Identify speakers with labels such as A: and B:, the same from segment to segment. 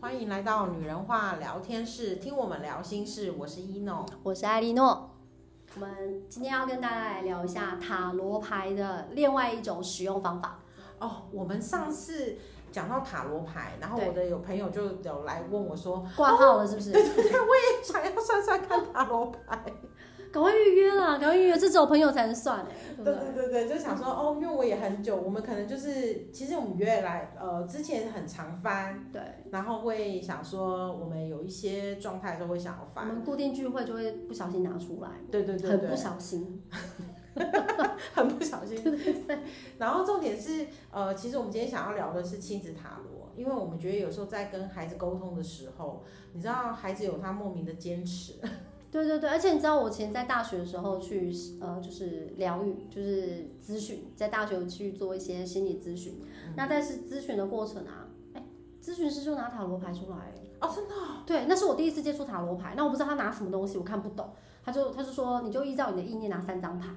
A: 欢迎来到女人话聊天室，听我们聊心事。我是一诺，
B: 我是艾莉诺。我们今天要跟大家来聊一下塔罗牌的另外一种使用方法。
A: 哦，我们上次讲到塔罗牌，然后我的有朋友就有来问我 说，
B: 挂号了是不是？
A: 对对对，我也哎想要算算看塔罗牌。
B: 赶快预约啦！赶快预约，这只有朋友才能算哎、对不
A: 对
B: 对？
A: 对对对，就想说哦，因为我也很久，我们可能就是其实我们约来呃之前很常翻，
B: 对，
A: 然后会想说我们有一些状态都会想要
B: 我
A: 翻，
B: 们固定聚会就会不小心拿出来，
A: 对对对对，
B: 很不小心。
A: 很不小心。然后重点是，呃，其实我们今天想要聊的是亲子塔罗，因为我们觉得有时候在跟孩子沟通的时候，你知道孩子有他莫名的坚持，
B: 对对对，而且你知道我以前在大学的时候去呃，就是疗愈，就是咨询，在大学去做一些心理咨询。那但是咨询的过程啊，哎，咨询师就拿塔罗牌出来欸、
A: 哦，真的哦、
B: 对，那是我第一次接触塔罗牌，那我不知道他拿什么东西，我看不懂。他就他就说，你就依照你的意念拿三张牌。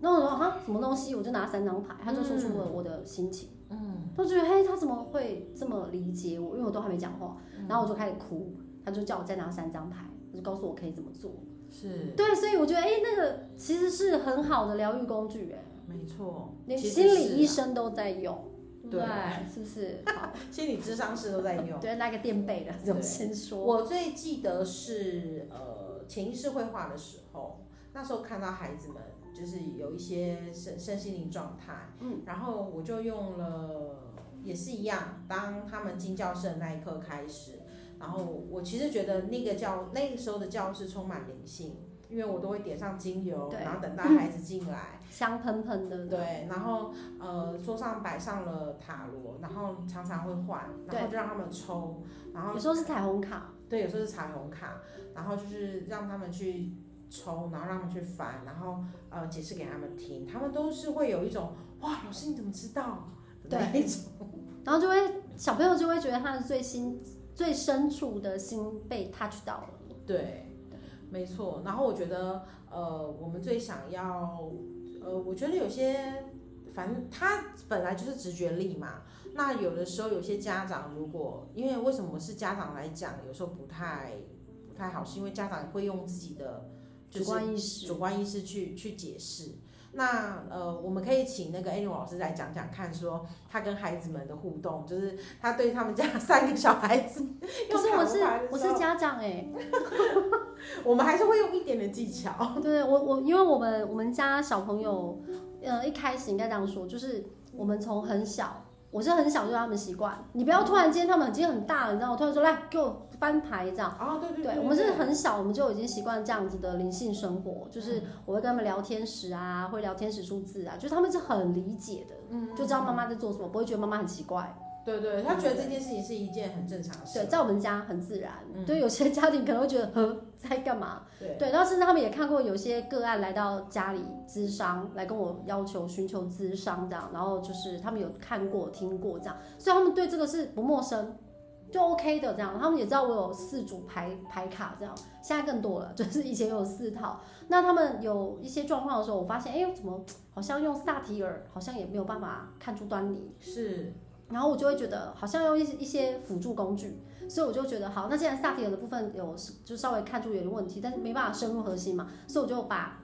B: 然后我说啊，什么东西？我就拿三张牌，他就说出了我的心情。嗯，我觉得嘿，他怎么会这么理解我？因为我都还没讲话，然后我就开始哭。他就叫我再拿三张牌，他就告诉我可以怎么做。
A: 是
B: 对，所以我觉得哎、那个其实是很好的疗愈工具，哎，
A: 没错，
B: 连
A: 其实
B: 心理医
A: 是啊
B: 生都在用，对不
A: 对
B: 对？是不是？好，
A: 啊心理智商师都在用。
B: 对，那个垫背的怎么
A: 对
B: 先说？
A: 我最记得是呃潜意识绘画的时候，那时候看到孩子们就是有一些身身心灵状态，嗯，然后我就用了，也是一样，当他们进教室的那一刻开始，然后我其实觉得那个教那个时候的教室充满灵性，因为我都会点上精油，
B: 对
A: 然后等到孩子进来。
B: 香喷喷的，
A: 对，然后呃，桌上摆上了塔罗，然后常常会换，然后就让他们抽，然后
B: 有时候是彩虹卡，
A: 对，有时候是彩虹卡，然后就是让他们去抽，然后让他们去翻，然后呃解释给他们听，他们都是会有一种哇，老师你怎么知道？
B: 对
A: 那一种
B: 然后就会小朋友就会觉得他的最心最深处的心被 touch 到了。
A: 对，没错。然后我觉得呃，我们最想要呃，我觉得有些。反正他本来就是直觉力嘛，那有的时候有些家长如果因为为什么是家长来讲，有时候不太不太好，是因为家长会用自己的就
B: 主
A: 是
B: 观意识
A: 主，观意识去去解释。那呃，我们可以请那个 a n 老师来讲讲看，说他跟孩子们的互动，就是他对他们家三个小孩子
B: 可
A: 用塔罗
B: 是我是
A: 牌的时候，
B: 我是家长哎、
A: 我们还是会用一点点技巧。
B: 对对，我我因为我们我们家小朋友，呃，一开始应该这样说，就是我们从很小，我是很小就让他们习惯，你不要突然间他们已经很大了，你知道吗，我突然说来给我翻牌这样。
A: 哦，对对
B: 嗯对，我们是很小，我们就已经习惯这样子的灵性生活，
A: 嗯
B: 就是我会跟他们聊天使啊，会聊天使数字啊，就是他们是很理解的，
A: 嗯
B: 就知道妈妈在做什么，不会觉得妈妈很奇怪。
A: 对对，他觉得这件事情是一件很正常的
B: 对，
A: 事。
B: 在我们家很自然。
A: 嗯
B: 对，有些家庭可能会觉得呵在干嘛？
A: 对
B: 对，然后甚至他们也看过有些个案来到家里咨商，来跟我要求寻求咨商这样，然后就是他们有看过、听过这样，所以他们对这个是不陌生，就 OK 的这样。他们也知道我有四组牌牌卡这样，现在更多了， 就是以前有四套。那他们有一些状况的时候，我发现哎，怎么好像用萨提尔好像也没有办法看出端倪，
A: 是
B: 然后我就会觉得好像用一些一些辅助工具，所以我就觉得好，那既然萨提尔的部分有就稍微看出有点问题，但是没办法深入核心嘛，所以我就把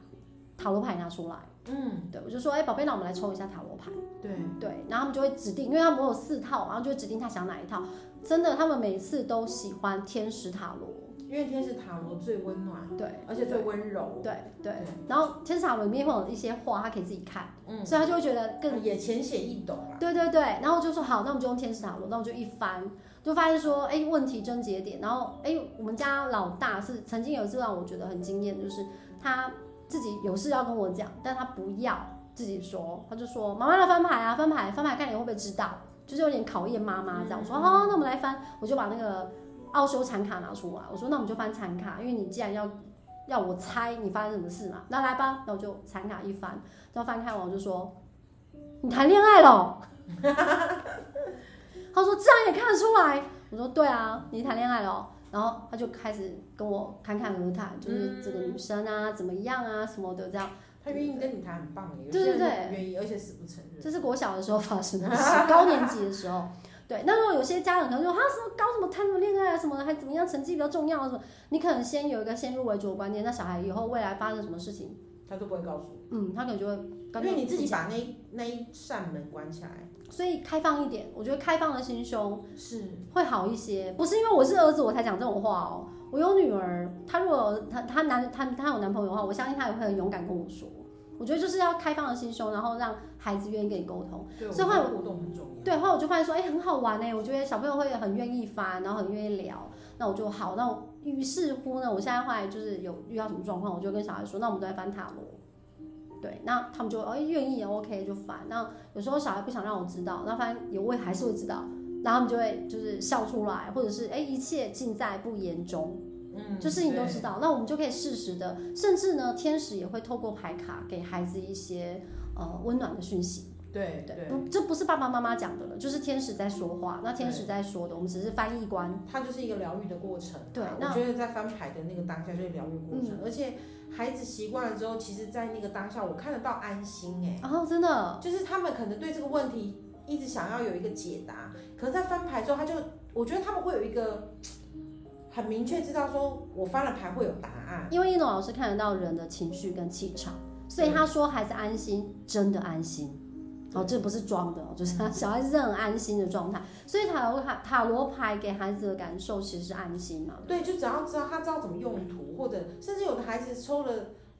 B: 塔罗牌拿出来，
A: 嗯
B: 对我就说，哎、宝贝，那我们来抽一下塔罗牌，
A: 对
B: 对，然后他们就会指定，因为他们有四套，然后就会指定他想哪一套，真的，他们每次都喜欢天使塔罗，
A: 因为天使塔罗最温暖，
B: 对，
A: 而且最温柔，
B: 对对，然后天使塔罗里面会有一些画，他可以自己看，
A: 嗯，
B: 所以他就会觉得更
A: 也浅显易懂啊啦。
B: 对对对，然后我就说好，那我们就用天使塔罗，那我就一翻，就发现说，哎，问题症结点。然后，哎，我们家老大是曾经有一次让我觉得很惊艳，就是他自己有事要跟我讲，但他不要自己说，他就说妈妈来翻牌啊，翻牌，翻牌，看你会不会知道，就是有点考验妈妈这样。我说好、哦那我们来翻，我就把那个奥修产卡拿出来，我说那我们就翻产卡，因为你既然要要我猜你发生什么事嘛，那来吧，那我就产卡一翻，然后翻开完我就说你谈恋爱了。 他说这样也看得出来，我说对啊，你谈恋爱了哦、然后他就开始跟我侃侃而谈，就是这个女生啊怎么样啊什么的这样。
A: 他愿意跟你谈，很棒耶。有
B: 对
A: 些
B: 对
A: 人都
B: 对
A: 不愿意，而且死不承认。
B: 这是国小的时候发生的事，高年级的时候，对。对，那如果有些家长可能说，他什么搞什么谈什么恋爱啊什么的，还怎么样，成绩比较重要啊什么，你可能先有一个先入为主的观念，那小孩以后未来发生什么事情，
A: 他都不会告诉
B: 嗯，他可能就会
A: 你，
B: 干
A: 因
B: 脆
A: 为你自己
B: 不讲
A: 把那一那一扇门关起来。
B: 所以开放一点，我觉得开放的心胸
A: 是，
B: 会好一些。不是因为我是儿子我才讲这种话哦，我有女儿，她如果有她她男她她有男朋友的话，我相信她也会很勇敢跟我说。我觉得就是要开放的心胸，然后让孩子愿意跟你沟通。
A: 对，
B: 所以
A: 我
B: 后来
A: 觉得互动很重要。
B: 对，后来我就发现说，哎、很好玩哎、我觉得小朋友会很愿意翻，然后很愿意聊。那我就好，那我于是乎呢，我现在后来就是有遇到什么状况，我就跟小孩说，那我们都在翻塔罗。对，那他们就哎愿、意 OK 就翻。那有时候小孩不想让我知道，那反正也我也还是会知道，然后他们就会就是笑出来，或者是哎、一切尽在不言中，
A: 嗯
B: 就事情都
A: 对
B: 知道。那我们就可以适时的，甚至呢，天使也会透过牌卡给孩子一些呃温暖的讯息。
A: 对
B: 对，
A: 对，
B: 不，这不是爸爸妈妈讲的了，就是天使在说话，那天使在说的，我们只是翻译官。
A: 它就是一个疗愈的过程啊。
B: 对那嗯
A: 我觉得在翻牌的那个当下就是疗愈过程，而且孩子习惯了之后，其实，在那个当下，我看得到安心哎、
B: 然哦后真的，
A: 就是他们可能对这个问题一直想要有一个解答，可是，在翻牌之后，他就我觉得他们会有一个很明确知道说，我翻了牌会有答案。
B: 因为一农老师看得到人的情绪跟气场，所以他说孩子安心，真的安心。哦，这不是装的哦，就是他小孩子是很安心的状态，所以塔罗卡塔罗牌给孩子的感受其实是安心嘛。
A: 对，就只要知道他知道怎么用途，或者甚至有的孩子抽了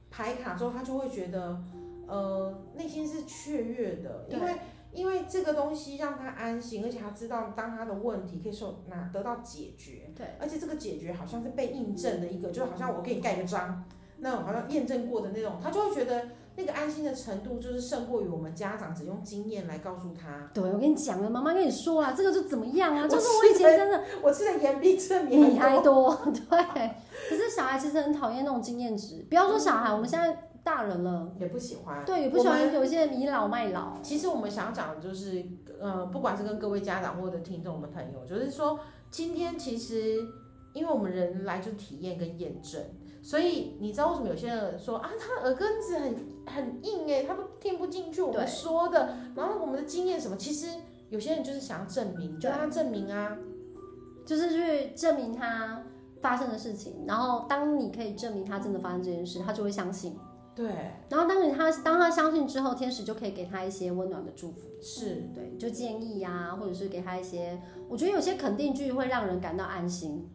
A: 牌卡之后，他就会觉得，呃，内心是雀跃的，因
B: 对
A: 为因为这个东西让他安心，而且他知道当他的问题可以受拿得到解决，
B: 对，
A: 而且这个解决好像是被印证的一个，就好像我给你盖个章，那种好像验证过的那种，他就会觉得那个安心的程度就是胜过于我们家长只用经验来告诉他，
B: 对我跟你讲了，妈妈跟你说了，这个就怎么样啊？
A: 我
B: 就是
A: 是
B: 我以前
A: 很
B: 真的
A: 我吃的盐比这米
B: 你
A: 还
B: 还
A: 多，
B: 多， 对。可是小孩其实很讨厌那种经验值，不要说小孩，我们现在大人了。
A: 也不喜欢。
B: 对，也不
A: 我
B: 喜欢
A: 们
B: 有一些人倚老卖老。
A: 其实我们想讲的就是，呃，不管是跟各位家长或者听众们朋友，就是说，今天其实因为我们人来就体验跟验证，所以你知道为什么有些人说啊，他耳根子很很硬哎、他不听不进去我
B: 对
A: 们说的，然后我们的经验什么，其实有些人就是想要证明，就让他证明啊，
B: 就是去证明他发生的事情，然后当你可以证明他真的发生这件事，他就会相信。
A: 对，
B: 然后当你他当他相信之后，天使就可以给他一些温暖的祝福，
A: 是，
B: 对，就建议呀、或者是给他一些，我觉得有些肯定句会让人感到安心。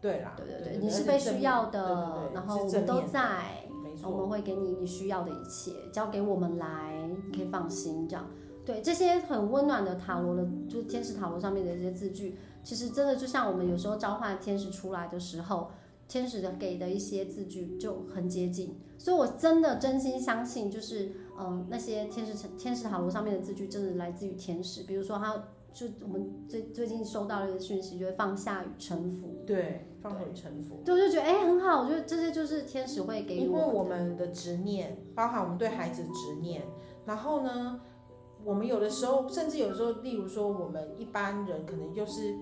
A: 对啦，
B: 对
A: 对
B: 对，你是被需要的，然后我们都，
A: 而且，证明对对对
B: 在
A: 是正面的没
B: 我们
A: 错，
B: 会给你你需要的一切，交给我们来，你可以放心这样。对，这些很温暖的塔罗的，就是天使塔罗上面的一些字句，其实真的就像我们有时候召唤天使出来的时候，天使的给的一些字句就很接近。所以我真的真心相信，就是嗯、呃那些天使天使塔罗上面的字句，真的来自于天使。比如说他。就我们最最近收到了一个讯息，就是放下与臣服，
A: 对，放手臣服。
B: 对，我就觉得哎、很好，我觉得这些就是天使会给予
A: 因为
B: 我
A: 我
B: 的
A: 们的执念，包含我们对孩子的执念，然后呢，我们有的时候，甚至有的时候，例如说，我们一般人可能就是，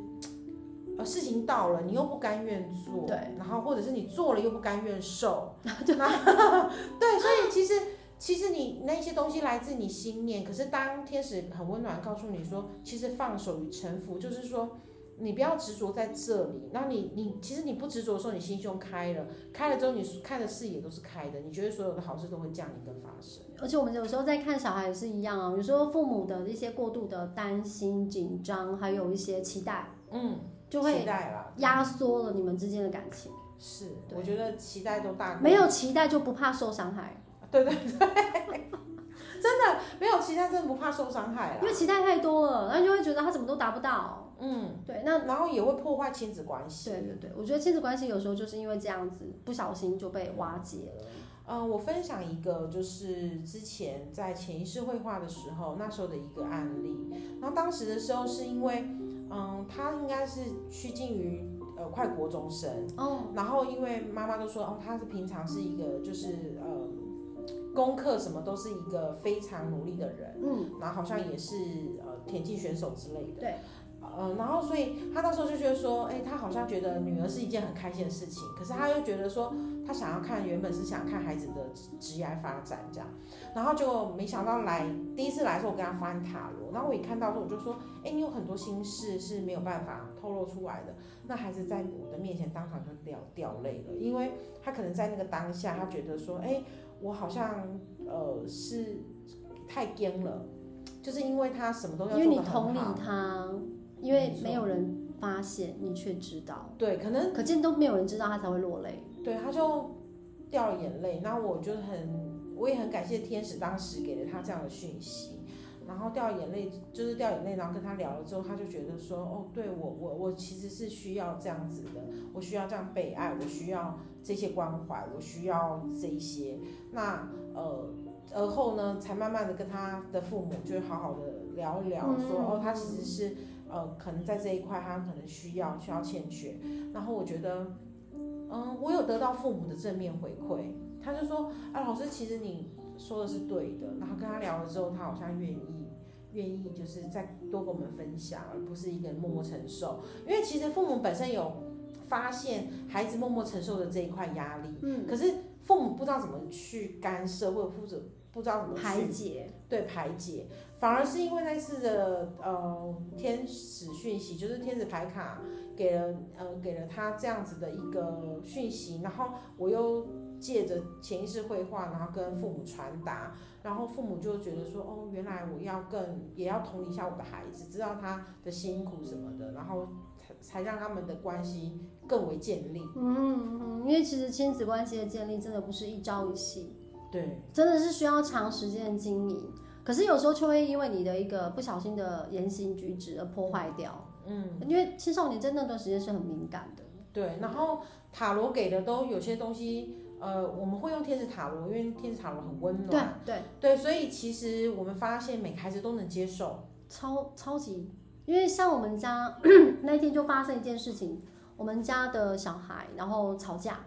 A: 呃，事情到了，你又不甘愿做，
B: 对，
A: 然后或者是你做了又不甘愿受， 对， 对，所以其实。其实你那些东西来自你心念，可是当天使很温暖地告诉你说，其实放手与臣服，就是说你不要执着在这里。那你你其实你不执着的时候，你心胸开了，开了之后，你看的视野都是开的，你觉得所有的好事都会降临跟发生。
B: 而且我们有时候在看小孩也是一样啊，有时候父母的一些过度的担心、紧张，还有一些期待，
A: 嗯，
B: 就
A: 期
B: 会
A: 待啦，
B: 压缩了你们之间的感情。
A: 是，
B: 对
A: 我觉得期待都大过
B: 没有期待就不怕受伤害，
A: 对对对，真的没有期待，真的不怕受伤害
B: 因为
A: 啦。
B: 期待太多了，那就会觉得他怎么都达不到。
A: 嗯，
B: 对，那
A: 然后也会破坏亲子关系。
B: 对对对，我觉得亲子关系有时候就是因为这样子，不小心就被瓦解了。
A: 呃，我分享一个，就是之前在潜意识绘画的时候，那时候的一个案例。然后当时的时候是因为，嗯，他应该是趋近于呃快国中生，
B: 哦，
A: 然后因为妈妈都说，哦，他是平常是一个就是呃功课什么都是一个非常努力的人，
B: 嗯，
A: 然后好像也是呃田径选手之类的。
B: 对。
A: 呃，然后所以他那时候就觉得说，哎、他好像觉得女儿是一件很开心的事情，可是他又觉得说，他想要看原本是想看孩子的职职业发展这样，然后就没想到来第一次来的时候，我跟他翻塔罗，然后我一看到的时候，我就说，哎、你有很多心事是没有办法透露出来的，那孩子在我的面前当场就掉掉泪了，因为他可能在那个当下，他觉得说，哎、我好像呃是太奸了。就是因为他什么都要
B: 因
A: 做
B: 为
A: 得很
B: 你
A: 好，
B: 同理他，因为
A: 没错
B: 没有人发现，你却知道，
A: 对，可能
B: 可见都没有人知道，他才会落泪。
A: 对，他就掉了眼泪。那我就很，我也很感谢天使当时给了他这样的讯息。然后掉眼泪，就是掉眼泪，然后跟他聊了之后，他就觉得说，哦，对我，我我其实是需要这样子的，我需要这样被爱，我需要这些关怀，我需要这一些。那呃，而后呢，才慢慢的跟他的父母就好好的聊一聊，说，
B: 嗯
A: 哦，他其实是呃，可能在这一块他可能需要需要欠缺。然后我觉得嗯，我有得到父母的正面回馈，他就说啊，老师，其实你说的是对的。然后跟他聊了之后，他好像愿意，愿意就是再多跟我们分享，而不是一个人默默承受。因为其实父母本身有发现孩子默默承受的这一块压力，
B: 嗯，
A: 可是父母不知道怎么去干涉，或者或者不知道怎么去
B: 排解，
A: 对排解，反而是因为那次的呃天使讯息，就是天使牌卡给了呃给了他这样子的一个讯息，然后我又借着潜意识绘画，然后跟父母传达，然后父母就觉得说哦，原来我要更也要同理一下我的孩子，知道他的辛苦什么的，然后才才让他们的关系更为建立。
B: 嗯，嗯因为其实亲子关系的建立真的不是一朝一夕，
A: 对，
B: 真的是需要长时间的经营。可是有时候却会因为你的一个不小心的言行举止而破坏掉，
A: 嗯。
B: 因为青少年在那段时间是很敏感的。
A: 对，然后塔罗给的都有些东西，呃，我们会用天使塔罗，因为天使塔罗很温
B: 对
A: 暖。
B: 对，
A: 对，所以其实我们发现每个孩子都能接受。
B: 超超级，因为像我们家 那天就发生一件事情，我们家的小孩然后吵架。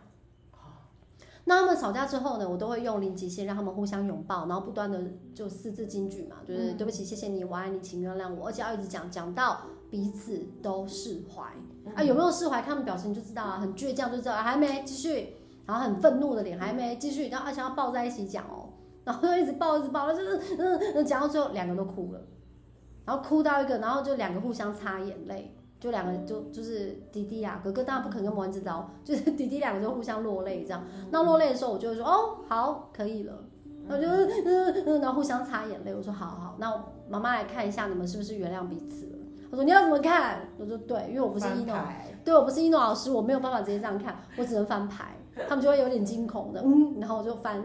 B: 那他们吵架之后呢，我都会用零极限让他们互相拥抱，然后不断的就四字金句嘛，就是
A: 嗯
B: 对不起、谢谢你、我爱你、请原谅我，而且要一直讲，讲到彼此都释怀。啊，有没有释怀？看他们表情就知道啊，很倔强就知道，啊还没继续，然后很愤怒的脸，还没继续，然后而且要抱在一起讲哦，然后就一直抱，一直抱，就是嗯嗯，讲到最后两个都哭了，然后哭到一个，然后就两个互相擦眼泪，就两个就就是弟弟啊，哥哥当然不可能跟丸子刀， 就是弟弟两个就互相落泪这样。那落泪的时候，我就会说哦，好，可以了。然后就嗯嗯嗯，然后互相擦眼泪。我说好好好，那妈妈来看一下你们是不是原谅彼此了。他说你要怎么看？我说对，因为我不是
A: 翻
B: 一诺
A: 牌
B: 对我不是一诺老师，我没有办法直接这样看，我只能翻牌，他们就会有点惊恐的，嗯，然后我就翻，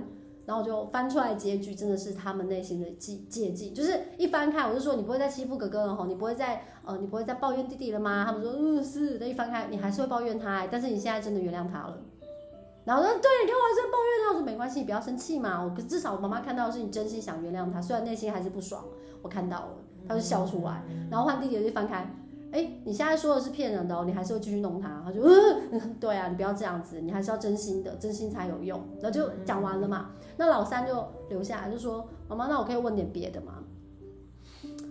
B: 然后我就翻出来结局真的是他们内心的借借记，就是一翻开我就说你不会再欺负哥哥了吼，你不会再呃你不会再抱怨弟弟了吗？他们说嗯是，那一翻开你还是会抱怨他、欸但是你现在真的原谅他了。然后我说对，你看我还是在抱怨他，我说没关系，你不要生气嘛。我可至少我妈妈看到的是你真心想原谅他，虽然内心还是不爽，我看到了，她就笑出来。然后换弟弟就翻开，哎、你现在说的是骗人的哦，你还是会继续弄他。他就， 嗯，对啊，你不要这样子，你还是要真心的，真心才有用。然后就讲完了嘛。那老三就留下来就说，妈妈，那我可以问点别的吗？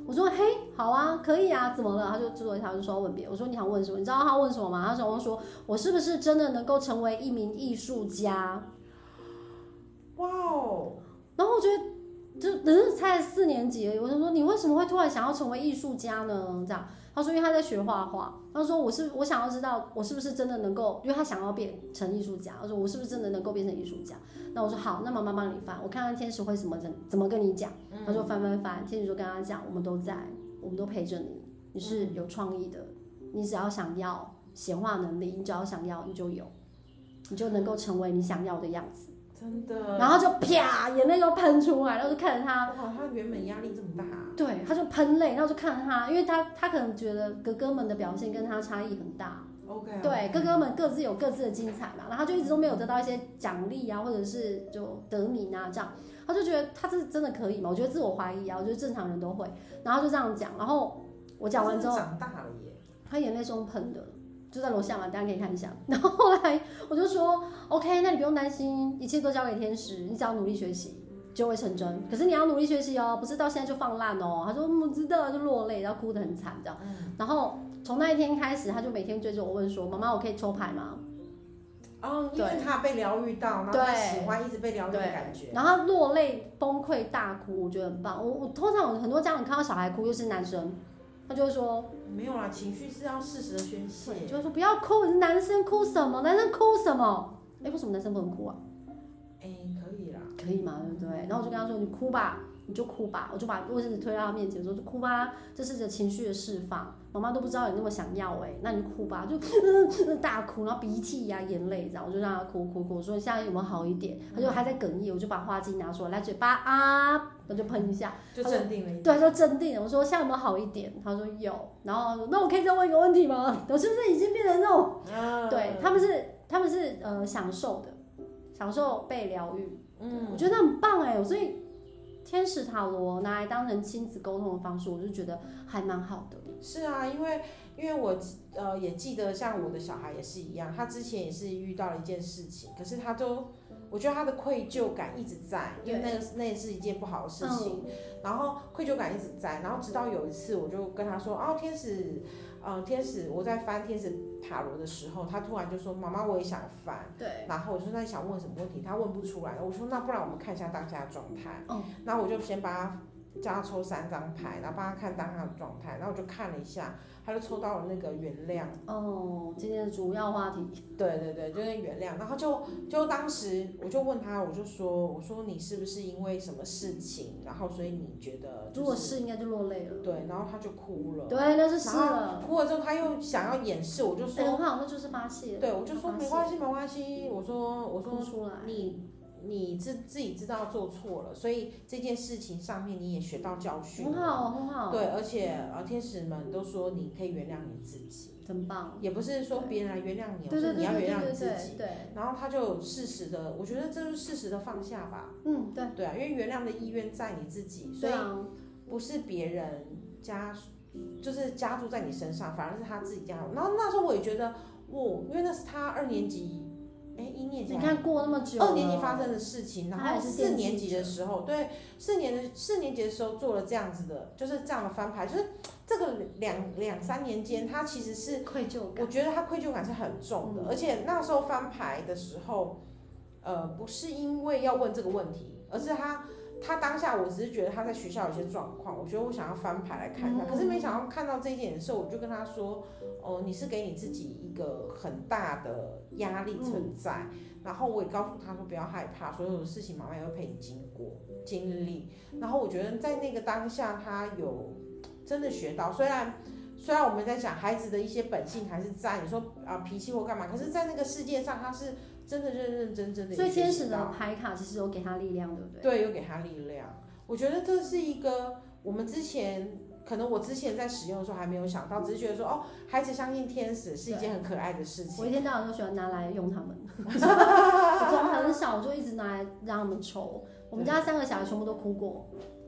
B: 我说，嘿，好啊，可以啊，怎么了？他就制作一下，就说要问别的。我说你想问什么？你知道他问什么吗？他想问说，我是不是真的能够成为一名艺术家？
A: 哇哦，
B: 然后我觉得，就只是才四年级而已，我就说你为什么会突然想要成为艺术家呢？这样，他说因为他在学画画，他说我是我想要知道我是不是真的能够，因为他想要变成艺术家，他说我是不是真的能够变成艺术家？那我说好，那妈妈帮你翻，我看看天使会怎么怎怎么跟你讲。他说翻翻翻，天使就跟他讲，我们都在，我们都陪着你，你是有创意的，你只要想要显化能力，你只要想要你就有，你就能够成为你想要的样子。
A: 真的。
B: 然后就啪，眼泪就喷出来，然后就看着他，
A: 哇，他原本压力这么大啊，
B: 对，他就喷泪，然后就看着他，因为他他可能觉得哥哥们的表现跟他差异很大，
A: OK 啊。
B: 对，哥哥们各自有各自的精彩嘛，然后他就一直都没有得到一些奖励啊，或者是就得名啊这样，他就觉得他这真的可以吗？我觉得自我怀疑啊，我觉得正常人都会，然后就这样讲，然后我讲完之后
A: 他，真的长大了耶。
B: 他眼泪是用喷的，就在楼下嘛，大家可以看一下。然后后来我就说，OK，那你不用担心，一切都交给天使，你只要努力学习。就会成真。可是你要努力学习哦，不是到现在就放烂哦。他说嗯我知道，就落泪，然后哭得很惨这样。然后从那一天开始，他就每天追着我问说：“妈妈，我可以抽牌吗
A: 哦，因为
B: 对
A: 他被疗愈到，然后他
B: 对
A: 喜欢一直被疗愈的感？”觉。
B: 然后他落泪崩溃大哭，我觉得很棒。我我通常有很多家长看到小孩哭，又是男生，他就会说，
A: 没有啦，情绪是要适时的宣泄。
B: 就会说不要哭，你是男生哭什么？男生哭什么？哎，为什么男生不能哭啊？
A: 哎、可以啦。
B: 可以吗？对不对？然后我就跟他说：“你哭吧，你就哭吧。”我就把卫生纸推到他面前，说：“就哭吧，这是你的情绪的释放。妈妈都不知道你那么想要哎、那你就哭吧，就呃大哭，然后鼻涕呀、眼泪这样，我就让他哭哭哭。我说你现在有没有好一点？他就还在哽咽，我就把花精拿出来，来嘴巴啊，我就喷一下。
A: 就镇定了一点。
B: 对，他说镇定了。我说现在有没有好一点？他说有。然后他说那我可以再问一个问题吗？ 我是不是已经变成那种
A: 啊
B: 对，他们是他们是呃享受的，享受被疗愈。嗯，我觉得很棒哎，所以天使塔罗拿来当成亲子沟通的方式，我就觉得还蛮好的。
A: 是啊，因为因为我呃也记得，像我的小孩也是一样，他之前也是遇到了一件事情，可是他都，我觉得他的愧疚感一直在，因为那个那是一件不好的事情，然后愧疚感一直在，然后直到有一次我就跟他说，哦，天使，呃，天使，我在翻天使塔罗的时候，他突然就说，妈妈，我也想翻。
B: 对，
A: 然后我就在想问什么问题，他问不出来。我说那不然我们看一下当下的状态。
B: 嗯，
A: 然后我就先帮他叫他抽三张牌，然后帮他看当下的状态。然后我就看了一下，他就抽到了那个原谅。
B: 哦，今天的主要话题，
A: 对对对，就是原谅。然后就就当时我就问他，我就说我说你是不是因为什么事情，然后所以你觉得、就是、
B: 如果是应该就落泪了。
A: 对，然后他就哭了。
B: 对，那就是
A: 然
B: 是
A: 后
B: 了。
A: 哭了之后他又想要掩饰，我就
B: 哎，很
A: 说。
B: 好，那就是发泄。
A: 对，我就说
B: 发
A: 没
B: 泄
A: 关系，没关系。我说，我说
B: 哭出来。
A: 你你自自己知道做错了，所以这件事情上面你也学到教训
B: 很
A: 了。
B: 好，哦很好，
A: 对，，而且呃，天使们都说你可以原谅你自己，
B: 很棒。
A: 也不是说别人来原谅你，而
B: 对对
A: 是
B: 对
A: 你要
B: 对
A: 原谅
B: 对
A: 你自
B: 对
A: 己。
B: 对，
A: 然后他就适时的，我觉得这就是适时的放下吧。
B: 嗯对，
A: 对啊，因为原谅的意愿在你自己，所
B: 对
A: 以
B: 啊，
A: 不是别人加，就是加注在你身上，反而是他自己加。然后那时候我也觉得，哇，因为那是他二年级，哎，一年级
B: 你
A: 还
B: 看过那么久了，
A: 哦二年级发生的事情，然
B: 他还
A: 后
B: 是
A: 四
B: 惦记
A: 年级的时候，对，四年的四年级的时候做了这样子的，就是这样的翻牌，就是这个两两三年间，他其实是
B: 愧疚感
A: 我。觉得他愧疚感是很重的，
B: 嗯
A: 而且那时候翻牌的时候，呃，不是因为要问这个问题，而是他他当下我只是觉得他在学校有一些状况，我觉得我想要翻牌来看一下，
B: 嗯
A: 可是没想到看到这一点的时候，我就跟他说，哦、你是给你自己一个很大的压力存在，
B: 嗯
A: 然后我也告诉他说不要害怕，所有的事情妈妈也会陪你经过经历，然后我觉得在那个当下他有真的学到，虽然。虽然我们在讲孩子的一些本性还是在，你说啊脾气或干嘛，可是，在那个世界上，他是真的认认真真的。
B: 所以天使的牌卡其实有给他力量，对不对？
A: 对，有给他力量。我觉得这是一个我们之前可能我之前在使用的时候还没有想到，只是觉得说哦，孩子相信天使是一件很可爱的事
B: 我一
A: 情。
B: 天到晚都喜欢拿来用它 们，我从很小就一直拿来让他们抽。我们家三个小孩全部都哭过，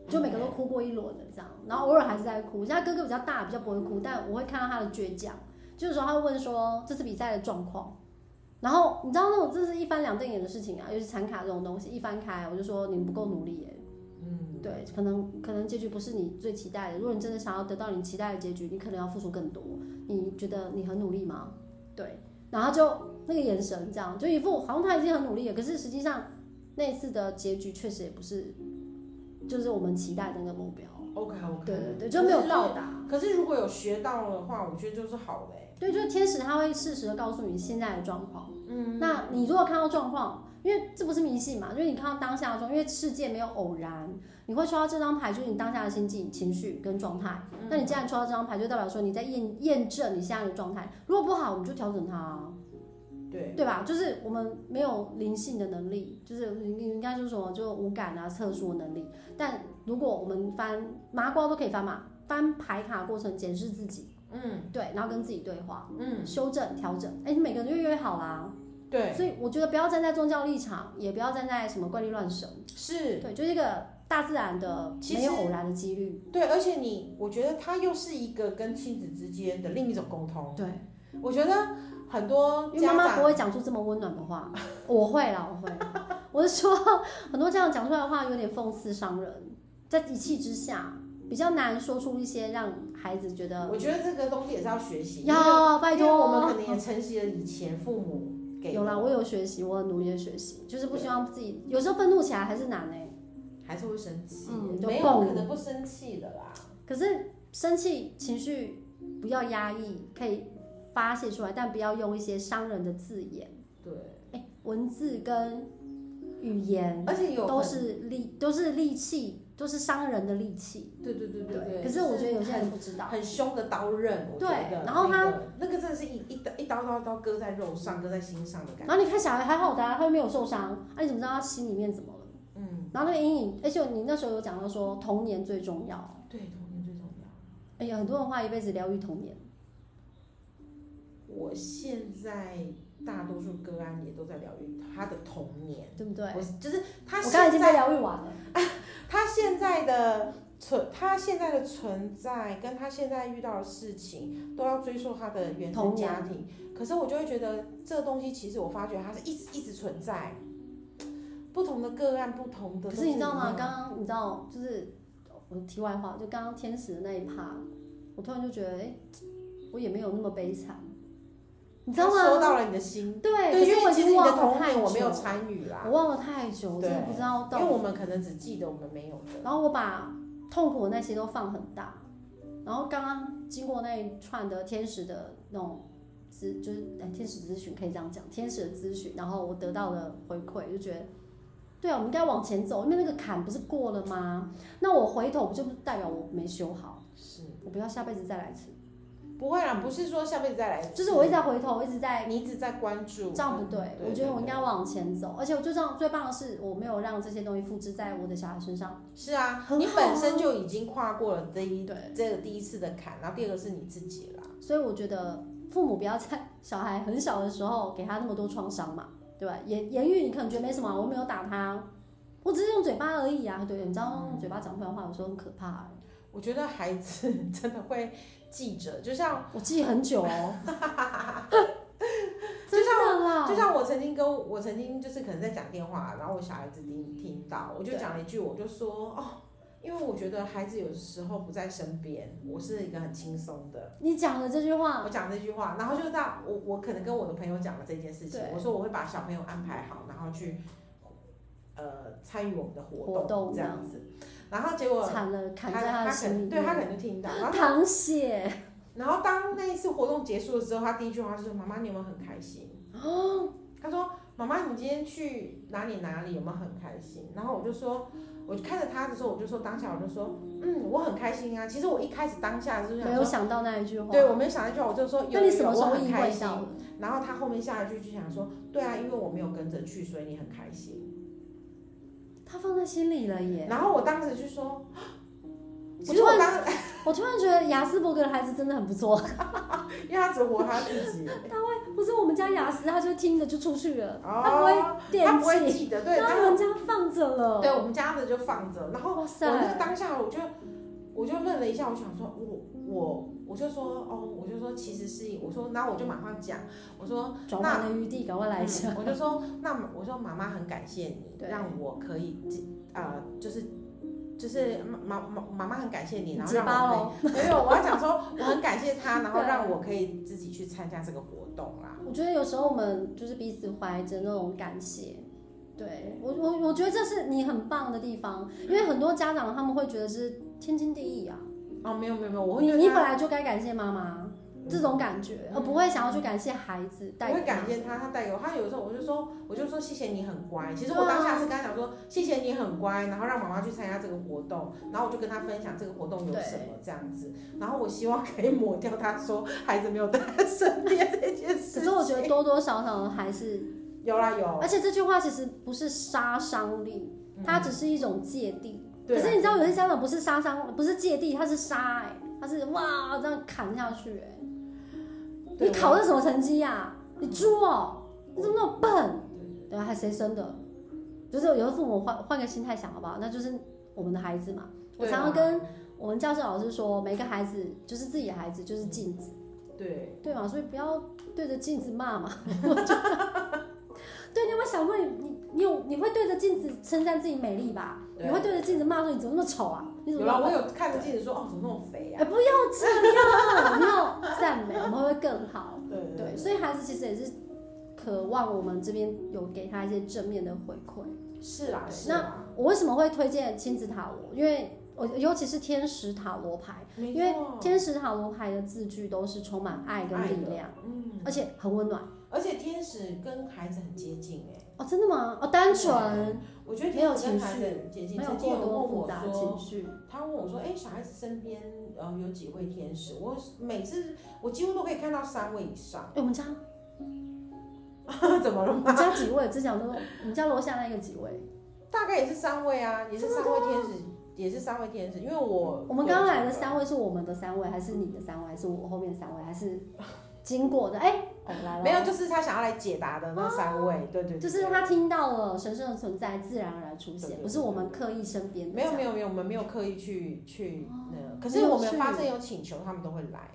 B: 就每个都哭过一轮的这样，然后偶尔还是在哭。现在哥哥比较大，比较不会哭，但我会看到他的倔强，就是说他会问说这次比赛的状况。然后你知道那种这是一翻两瞪眼的事情啊，尤其残卡这种东西，一翻开我就说你们不够努力耶、
A: 嗯，
B: 对，可能可能结局不是你最期待的。如果你真的想要得到你期待的结局，你可能要付出更多。你觉得你很努力吗？对，然后就那个眼神这样，就一副好像他已经很努力了，可是实际上那一次的结局确实也不是，就是我们期待的那个目标。
A: ，OK OK。
B: 对对对，就没有到达。
A: 可是如果有学到的话，我觉得就是好的、欸。
B: 对，就是天使他会适时的告诉你现在的状况。嗯，那你如果看到状况，因为这不是迷信嘛，就是你看到当下的状，因为世界没有偶然，你会抽到这张牌就是你当下的心境、情绪跟状态。那你既然抽到这张牌，就代表说你在验验证你现在的状态。如果不好，我们就调整它、啊，
A: 对，
B: 对吧？就是我们没有灵性的能力，就是你你应该说什么，就无感啊、测速的能力。但如果我们翻麻瓜都可以翻嘛，翻牌卡过程检视自己，
A: 嗯
B: 对，然后跟自己对话。
A: 嗯，
B: 修正、调整，哎、你每个人就越来越好啦。
A: 对，
B: 所以我觉得不要站在宗教立场，也不要站在什么怪力乱神，
A: 是。
B: 对，就是一个大自然的
A: 其实
B: 没有偶然的几率。
A: 对，而且你，我觉得它又是一个跟亲子之间的另一种沟通。
B: 对，
A: 我觉得很多
B: 因为妈
A: 家
B: 妈不
A: 长
B: 会讲出这么温暖的话，我会啦，我会。 我是说，很多家长讲出来的话有点讽刺伤人，在一气之下比较难说出一些让孩子觉得
A: 我觉得这个东西也是要学习，
B: 要拜
A: 因为
B: 托哦
A: 我们可能也承袭了以前父母给的
B: 有啦，我有学习，我很努力的学习，就是不希望自己有时候愤怒起来还是难哎、
A: 还是会生气，
B: 嗯就
A: 没有
B: 蹦
A: 可能不生气的啦。
B: 可是生气情绪不要压抑，可以发泄出来，但不要用一些伤人的字眼。
A: 对，
B: 哎、文字跟语言
A: 而且有
B: 嗯都
A: 很
B: 是利，都是利器，都是伤人的利器。
A: 对对对对。
B: 可是我觉得有
A: 就是
B: 些
A: 很
B: 人不知道。
A: 很凶的刀刃，我觉
B: 对
A: 得
B: 然后
A: 那
B: 他
A: 个那个真的是一一刀一刀刀刀割在肉上，割在心上的感觉。
B: 然后你看小孩还好的、啊，他又没有受伤，啊，你怎么知道他心里面怎么了？
A: 嗯，
B: 然后那个阴影，而且你那时候有讲到说童年最重要，
A: 对，童年最重要。
B: 哎呀，很多人花一辈子疗愈童年，
A: 我现在大多数个案也都在疗愈他的童年，
B: 对不对？
A: 我就是他
B: 我刚才
A: 现
B: 已经被
A: 在
B: 疗愈完了。
A: 他现在的存他现在的存在跟他现在遇到的事情都要追溯他的原生
B: 童
A: 家
B: 年
A: 庭，可是我就会觉得这东西其实我发觉它是一直一直存在，不同的个案不同的。嗯
B: 可是你知道吗？刚刚你知道，就是我题外话，就刚刚天使的那一趴，我突然就觉得，哎、我也没有那么悲惨，你知道
A: 他说
B: 吗？
A: 到了你的心，
B: 对，
A: 对，
B: 可
A: 因
B: 是我
A: 为
B: 已
A: 其实你
B: 经
A: 的
B: 忘了
A: 童
B: 太
A: 年
B: 久，
A: 我没有参与啦
B: 我，忘了太久，我真的
A: 对
B: 不知道
A: 因为
B: 到。
A: 我们可能只记得我们没有的。
B: 然后我把痛苦的那些都放很大，然后刚刚经过那一串的天使的那种咨，就是哎天使咨询可以这样讲，天使的咨询，然后我得到的回馈就觉得。对啊，我们应该往前走，因为那个坎不是过了吗？那我回头不就代表我没修好？
A: 是，
B: 我不要下辈子再来一次。
A: 不会啦，不是说下辈子再来，
B: 就是我一直在回头，我一直在
A: 你一直在关注，
B: 这样不对，我觉得我应该往前走。而且我最重最棒的是，我没有让这些东西复制在我的小孩身上。
A: 是啊，
B: 很
A: 你
B: 好
A: 本
B: 啊
A: 身就已经跨过了这一
B: 对，
A: 这个第一次的坎，然后第二个是你自己啦。
B: 所以我觉得父母不要在小孩很小的时候给他那么多创伤嘛， 对吧？言言语你可能觉得没什么啊，我没有打他，我只是用嘴巴而已啊。对，你知道用嘴巴讲出来的话有时候很可怕、欸，
A: 我觉得孩子 真的会记着，就像
B: 我记很久 哦。
A: 就
B: 真
A: 像
B: 的啦，
A: 就像我曾经跟我我曾经就是可能在讲电话，然后我小孩子听听到，我就
B: 对
A: 讲了一句，我就说哦，因为我觉得孩子有时候不在身边，我是一个很轻松的。
B: 你讲了这句话
A: 我，讲这句话，然后就在我我可能跟我的朋友讲了这件事情
B: 对，
A: 我说我会把小朋友安排好，然后去呃参与我们的活动
B: 活动
A: 这样子，然后结果
B: 砍了
A: 他
B: 砍在
A: 他
B: 的
A: 可
B: 心里
A: 能对他可
B: 面，
A: 能就听到，然后
B: 淌血，
A: 然后当那一次活动结束的时候，他第一句话是说：“妈妈，你有没有很开心？”
B: 哦
A: 他说：“妈妈，你今天去哪里哪里有没有很开心？”然后我就说，我看着他的时候，我就说当下我就说：“嗯，我很开心啊。”其实我一开始当下就是
B: 没
A: 想
B: 有
A: 说，
B: 想到那一句话。
A: 对我没有想那句话，我就说：“有
B: 啊那你什么
A: 有
B: 时
A: 我
B: 候
A: 很
B: 意
A: 开
B: 会
A: 心
B: 到？”的？
A: 然后他后面下一句就想说：“对啊，因为我没有跟着去，所以你很开心。
B: 他放在心里了”耶。
A: 然后我当时就 说：“
B: 其
A: 我
B: 实
A: 就我
B: 嗯我
A: 当，
B: 我突然觉得雅斯伯格的孩子真的很不错。
A: 因为他只活他自 己，
B: 不是我们家雅思，他就听着就出去了，他
A: 哦，
B: 不会
A: 他
B: 惦
A: 不会
B: 记，
A: 记得，对，
B: 那
A: 他
B: 我 们家放着了。
A: 对，我们家的就放着，然后
B: 哇
A: 我
B: 塞
A: 那个当下我就我就愣了一下，我想说，我我我就说哦，我就说其实是我说，然后我就马上讲，我说
B: 转换的余地，赶快来一下。
A: 嗯我就说那我说妈妈很感谢你，
B: 对
A: 让我可以啊、呃，就是。就是妈妈妈妈很感谢你，然后
B: 结
A: 让
B: 巴
A: 我
B: 喽！
A: 可以没有，我要讲 说我很感谢他，然后
B: 对
A: 让我可以自己去参加这个活动啦。
B: 我觉得有时候我们就是彼此怀着那种感谢。对我，我我觉得这是你很棒的地方，因为很多家长他们会觉得是天经地义啊，
A: 哦，没有没有没有，我会
B: 你
A: 对
B: 你本
A: 他
B: 来就该感谢妈妈
A: 嗯
B: 这种感觉，呃而不会想要去感谢孩子带
A: 我会
B: 给他
A: 感谢他，他带给我。他有时候我就说，我就说谢谢你很乖。其实我当下是跟他讲说谢谢你很乖，然后让妈妈去参加这个活动，然后我就跟他分享这个活动有
B: 对
A: 什么这样子。然后我希望可以抹掉他说孩子没有在他身边这件事情。
B: 可是我觉得多多少少还是，
A: 有啦有，
B: 而且这句话其实不是杀伤力，
A: 嗯
B: 它只是一种芥蒂。
A: 对啊
B: 可
A: 啦
B: 是你知道有些家长不是杀伤，不是芥蒂，他是杀哎、他是哇这样砍下去哎、
A: 对啊嗯
B: 你考
A: 我
B: 的什么成绩呀、你猪哦、你怎么那么笨？对啊，还谁生的？就是有的父母换换个心态想好不好？那就是我们的孩子嘛。我
A: 对啊啦
B: 常常跟我们教授老师说，每个孩子就是自己的孩子，就是镜子，
A: 对
B: 对 嘛？所以不要对着镜子骂嘛。我觉得对，你有没有想过你你你有你会对着镜子称赞自己美丽吧？
A: 啊对
B: 你会对着镜子骂说你怎么那么丑啊？你怎
A: 有
B: 么
A: 啦，
B: 老
A: 我有看着镜子说，哦，怎么那么肥
B: 哎、
A: 啊？
B: 不要这样，你要赞美，我们会更好。
A: 对
B: 对，所以孩子其实也是渴望我们这边有给他一些正面的回馈。
A: 以是啦，
B: 对
A: 是啦，
B: 我为什么会推荐亲子塔罗？因为我尤其是天使塔罗牌，
A: 没
B: 因为
A: 错
B: 天使塔罗牌的字句都是充满爱跟力量，
A: 嗯，
B: 而且很温暖。
A: 而且天使跟孩子很接近哎、
B: 哦，真的吗？哦，单纯，
A: 我觉得
B: 没有
A: 天使跟
B: 情
A: 孩子
B: 绪
A: 很接近。
B: 没有
A: 曾经
B: 过
A: 有人
B: 多
A: 问
B: 复
A: 我
B: 杂的
A: 说
B: 情，绪。
A: 他问我说：“哎、小孩子身边呃有几位天使？”我每次呃我几乎都可以看到三位以上
B: 哎、，我们家
A: 怎么了
B: 我
A: 吗？
B: 们家几位？之前我都说我们家楼下那个几位。
A: 大概也是三位啊，也是三位天使，也是三位天使，因为我
B: 我们刚来的三
A: 位，
B: 位是我们的三位，还是你的三位，还是我后面三位，还是经过的？哎、我们来了。哦
A: 没有，就是他想要来解答的那三位，对对对，
B: 就是
A: 对
B: 他听到了神圣的存在，自然而然出
A: 对对
B: 现，
A: 对
B: 不是我们刻意身边的这
A: 没有
B: 样。
A: 没有没有，我们没有刻意去去那个，可
B: 很
A: 是
B: 嗯哦有
A: 我们
B: 趣
A: 发现有请求，他们都会来，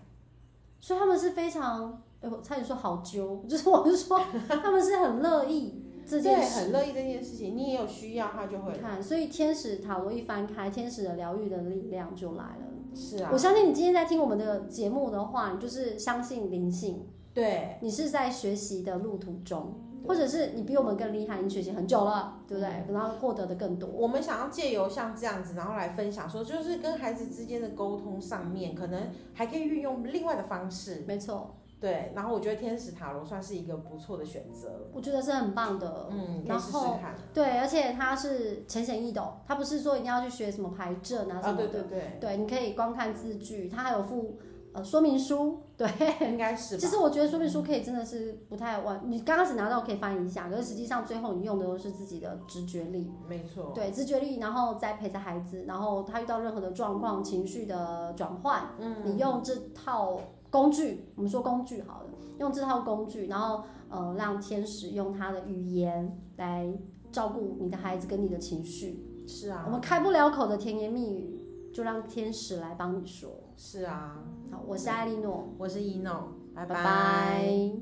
B: 所以他们是非常，哎、我差点说好揪，就是我是说他们是很乐意这
A: 对，
B: 件事。
A: 很乐意这件事情，你也有需要，他就会
B: 你看，所以天使塔罗一翻开，天使的疗愈的力量就来了。
A: 是啊
B: 我，相信你今天在听我们的节目的话，你就是相信灵性，
A: 对，
B: 你是在学习的路途中，或者是你比我们更厉害，你学习很久了，对不对？
A: 嗯
B: 然后获得的更多。
A: 我们想要借由像这样子，然后来分享说，就是跟孩子之间的沟通上面，可能还可以运用另外的方式，
B: 没错，
A: 对。然后我觉得天使塔罗算是一个不错的选择，
B: 我觉得是很棒的。
A: 嗯，可以
B: 然
A: 试试
B: 后
A: 看。
B: 对，而且它是浅显易懂，它不是说一定要去学什么牌阵啊什
A: 啊，
B: 么的。
A: 对对对，
B: 对你可以光看字句，它还有附呃说明书。对，
A: 应该是吧
B: 其。实我觉得说明书可以真的是不太完，你刚开始拿到可以翻译一下，可是实际上最后你用的都是自己的直觉力。
A: 没 错，
B: 对，直觉力，然后再陪着孩子，然后他遇到任何的状况、情绪的转换，
A: 嗯
B: 你用这套工具，我们说工具好了，用这套工具，然后呃，让天使用他的语言来照顾你的孩子跟你的情绪。
A: 是
B: 我
A: 啊，
B: 们开不了口的甜言蜜语，就让天使来帮你说。
A: 是啊。
B: 好，我是艾莉诺，
A: 我是一诺，拜
B: 拜拜